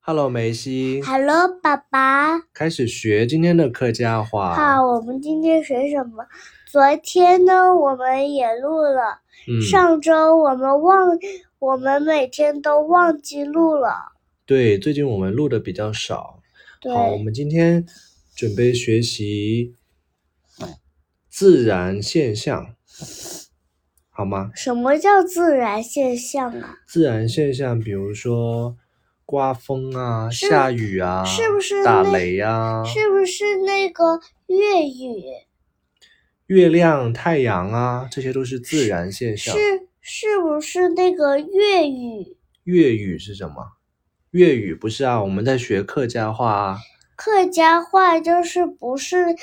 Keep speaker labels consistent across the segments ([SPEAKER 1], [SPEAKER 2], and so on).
[SPEAKER 1] Hello，梅西，
[SPEAKER 2] Hello，爸爸。
[SPEAKER 1] 开始学今天的客家话。
[SPEAKER 2] 好，我们今天学什么？昨天呢，我们也录了。
[SPEAKER 1] 嗯，
[SPEAKER 2] 上周我们忘，我们每天都忘记录了。
[SPEAKER 1] 对，最近我们录的比较少。好，我
[SPEAKER 2] 对，
[SPEAKER 1] 们今天准备学习自然现象，好吗？
[SPEAKER 2] 什么叫自然现象啊？
[SPEAKER 1] 自然现象，比如说刮风啊、
[SPEAKER 2] 是
[SPEAKER 1] 下雨啊、
[SPEAKER 2] 是不是
[SPEAKER 1] 打
[SPEAKER 2] 那
[SPEAKER 1] 雷啊、
[SPEAKER 2] 是不是那个粤语？
[SPEAKER 1] 月亮、太阳啊，这些都是自然现象。
[SPEAKER 2] 是是不是那个粤语？
[SPEAKER 1] 粤语是什么？粤语不是啊，我们在学客家话啊。
[SPEAKER 2] 客家话就是不是，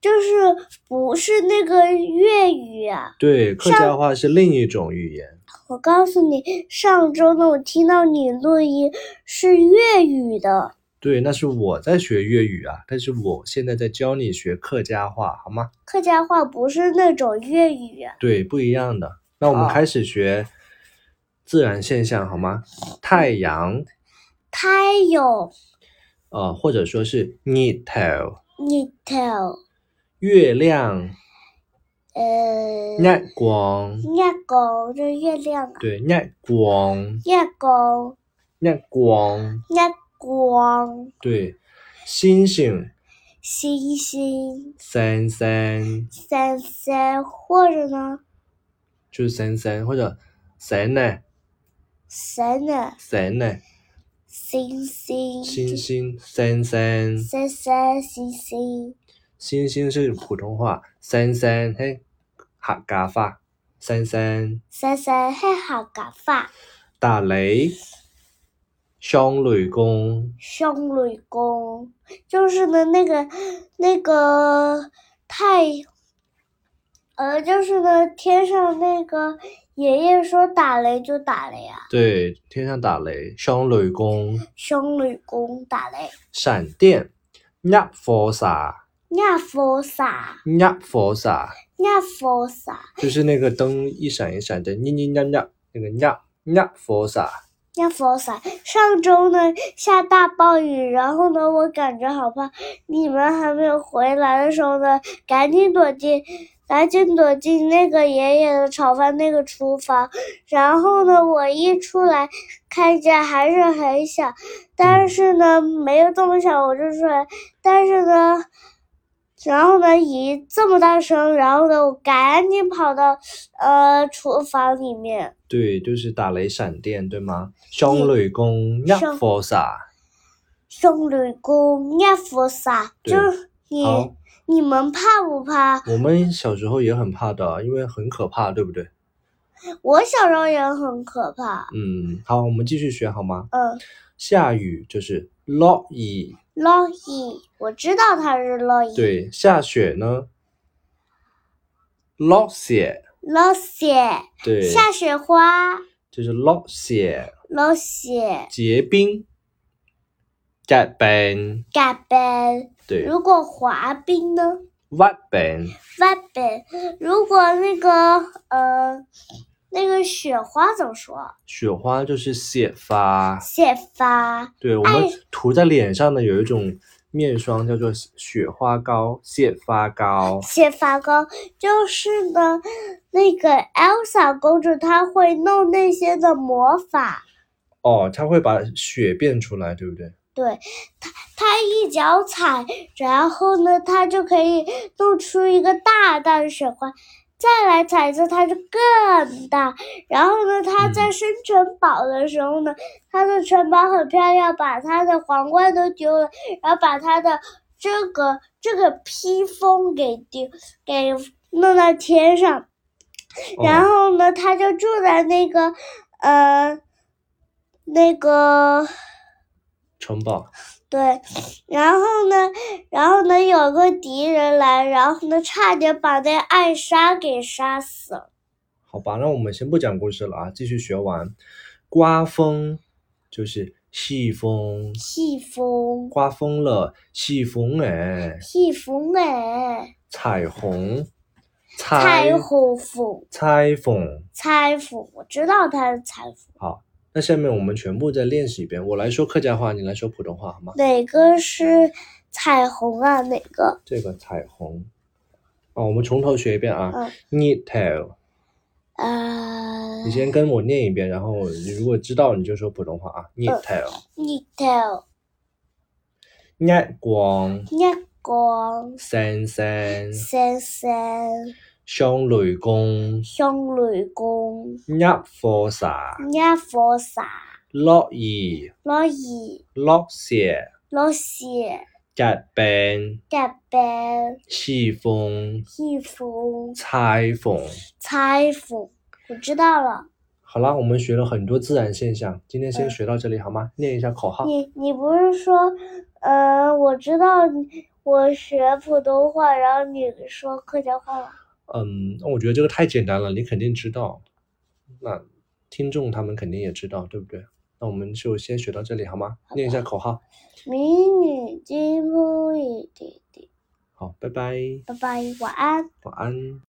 [SPEAKER 2] 就是不是那个粤语啊？
[SPEAKER 1] 对，客家话是另一种语言。
[SPEAKER 2] 我告诉你，上周呢，我听到你录音是粤语的。
[SPEAKER 1] 对，那是我在学粤语啊，但是我现在在教你学客家话，好吗？
[SPEAKER 2] 客家话不是那种粤语啊，
[SPEAKER 1] 对，不一样的。那我们
[SPEAKER 2] 哦
[SPEAKER 1] 开始学自然现象，好吗？太阳，
[SPEAKER 2] 它有
[SPEAKER 1] 呃，或者说是日头、
[SPEAKER 2] 日头，
[SPEAKER 1] 月亮、
[SPEAKER 2] 呃，
[SPEAKER 1] 日光，
[SPEAKER 2] 日光就是月亮啊，
[SPEAKER 1] 对，日光，
[SPEAKER 2] 日光，
[SPEAKER 1] 日光，
[SPEAKER 2] 日光，
[SPEAKER 1] 对，星星、
[SPEAKER 2] 星星，
[SPEAKER 1] 三三，
[SPEAKER 2] 三三，或者呢，
[SPEAKER 1] 就是三三，或者神呢，
[SPEAKER 2] 神呢，
[SPEAKER 1] 神呢，
[SPEAKER 2] 星星，
[SPEAKER 1] 星星三三。
[SPEAKER 2] 三三星星，
[SPEAKER 1] 星星是普通话，三三嘿，客家话，三三
[SPEAKER 2] 三三系客家话，
[SPEAKER 1] 打雷，双雷公，
[SPEAKER 2] 双雷公，就是呢那个那个太，呃，就是呢天上那个爷爷说打雷就打雷啊，
[SPEAKER 1] 对，天上打雷，双雷公，
[SPEAKER 2] 双雷公打雷，
[SPEAKER 1] 闪电，压佛洒，
[SPEAKER 2] 压佛撒，
[SPEAKER 1] 压佛洒，
[SPEAKER 2] 压佛撒，
[SPEAKER 1] 就是那个灯一闪一闪的，蔫蔫蔫蔫，那个压压佛洒，
[SPEAKER 2] 压佛撒。上周呢下大暴雨，然后呢我感觉好怕，你们还没有回来的时候呢，赶紧躲进，赶紧躲进那个爷爷的炒饭那个厨房。然后呢，我一出来，看见还是很小，但是呢没有这么小，我就出来，但是呢。然后呢，一这么大声，然后呢，我赶紧跑到呃厨房里面，
[SPEAKER 1] 对，就是打雷闪电，对吗？双雷公，压
[SPEAKER 2] 双
[SPEAKER 1] 佛洒，
[SPEAKER 2] 送雷公念佛撒，
[SPEAKER 1] 对
[SPEAKER 2] 就是你
[SPEAKER 1] 好。
[SPEAKER 2] 你们怕不怕？
[SPEAKER 1] 我们小时候也很怕的，因为很可怕，对不对？
[SPEAKER 2] 我小时候也很可怕。
[SPEAKER 1] 嗯，好，我们继续学好吗？
[SPEAKER 2] 嗯，
[SPEAKER 1] 下雨就是落雨，
[SPEAKER 2] 落雨，我知道它是落雨。
[SPEAKER 1] 对，下雪呢落雪，
[SPEAKER 2] 落雪，
[SPEAKER 1] 对，
[SPEAKER 2] 下雪花，
[SPEAKER 1] 就是落雪，
[SPEAKER 2] 落雪，
[SPEAKER 1] 结冰，结冰，
[SPEAKER 2] 嘎冰。
[SPEAKER 1] 对，
[SPEAKER 2] 如果滑冰呢？
[SPEAKER 1] 滑冰，
[SPEAKER 2] 滑冰。如果那个呃，那个雪花怎么说？
[SPEAKER 1] 雪花就是雪花，
[SPEAKER 2] 雪花。
[SPEAKER 1] 对，我们涂在脸上的有一种面霜叫做雪花膏、雪花膏，
[SPEAKER 2] 写发糕就是呢，那个 Elsa 公主她会弄那些的魔法，
[SPEAKER 1] 哦，它会把雪变出来，对不对？
[SPEAKER 2] 对她她一脚踩，然后呢，她就可以弄出一个大大的雪花，再来踩一次它就更大。然后呢，她在生城堡的时候呢，她的城堡很漂亮，把她的皇冠都丢了，然后把她的这个这个披风给丢给弄到天上。然
[SPEAKER 1] 哦，
[SPEAKER 2] 后呢，他就住在那个，呃，那个
[SPEAKER 1] 城堡。
[SPEAKER 2] 对，然后呢，然后呢，有个敌人来，然后呢，差点把那艾莎给杀死了。
[SPEAKER 1] 好吧，那我们先不讲故事了啊，继续学完。刮风就是细风，
[SPEAKER 2] 披风，
[SPEAKER 1] 刮风了，细风哎，
[SPEAKER 2] 披风哎，
[SPEAKER 1] 彩虹，
[SPEAKER 2] 彩
[SPEAKER 1] 彩
[SPEAKER 2] 虹风，
[SPEAKER 1] 彩虹，
[SPEAKER 2] 彩虹，我知道它是彩虹。
[SPEAKER 1] 好，那下面我们全部再练习一遍，我来说客家话，你来说普通话，好吗？
[SPEAKER 2] 哪个是彩虹啊？哪个？
[SPEAKER 1] 这个彩虹，哦，我们从头学一遍啊。
[SPEAKER 2] 嗯
[SPEAKER 1] Knit tail，
[SPEAKER 2] 呃
[SPEAKER 1] 你先跟我念一遍，然后你如果知道你就说普通话啊。Knit
[SPEAKER 2] 嗯
[SPEAKER 1] tail，
[SPEAKER 2] ，detail
[SPEAKER 1] 日光
[SPEAKER 2] 一光
[SPEAKER 1] 閃閃，
[SPEAKER 2] 星星
[SPEAKER 1] 雙雷公，
[SPEAKER 2] 向雷公，
[SPEAKER 1] 一火灑，
[SPEAKER 2] 一火灑
[SPEAKER 1] 落葉，
[SPEAKER 2] 攞兒
[SPEAKER 1] 落雪，
[SPEAKER 2] 攞蛇
[SPEAKER 1] 疾病，
[SPEAKER 2] 夾餅
[SPEAKER 1] 西風，
[SPEAKER 2] 衣服
[SPEAKER 1] 猜逢。
[SPEAKER 2] 猜服。我知道了，
[SPEAKER 1] 好啦，我们学了很多自然现象，今天先学到这里好吗？念一下口号。
[SPEAKER 2] 你你不是说，呃，我知道你我学普通话，然后你说客家话了。
[SPEAKER 1] 嗯，我觉得这个太简单了，你肯定知道。那听众他们肯定也知道，对不对？那我们就先学到这里好吗？念一下口号。
[SPEAKER 2] 迷你金铺一弟弟，
[SPEAKER 1] 好，拜拜，
[SPEAKER 2] 拜拜，晚安。
[SPEAKER 1] 晚安。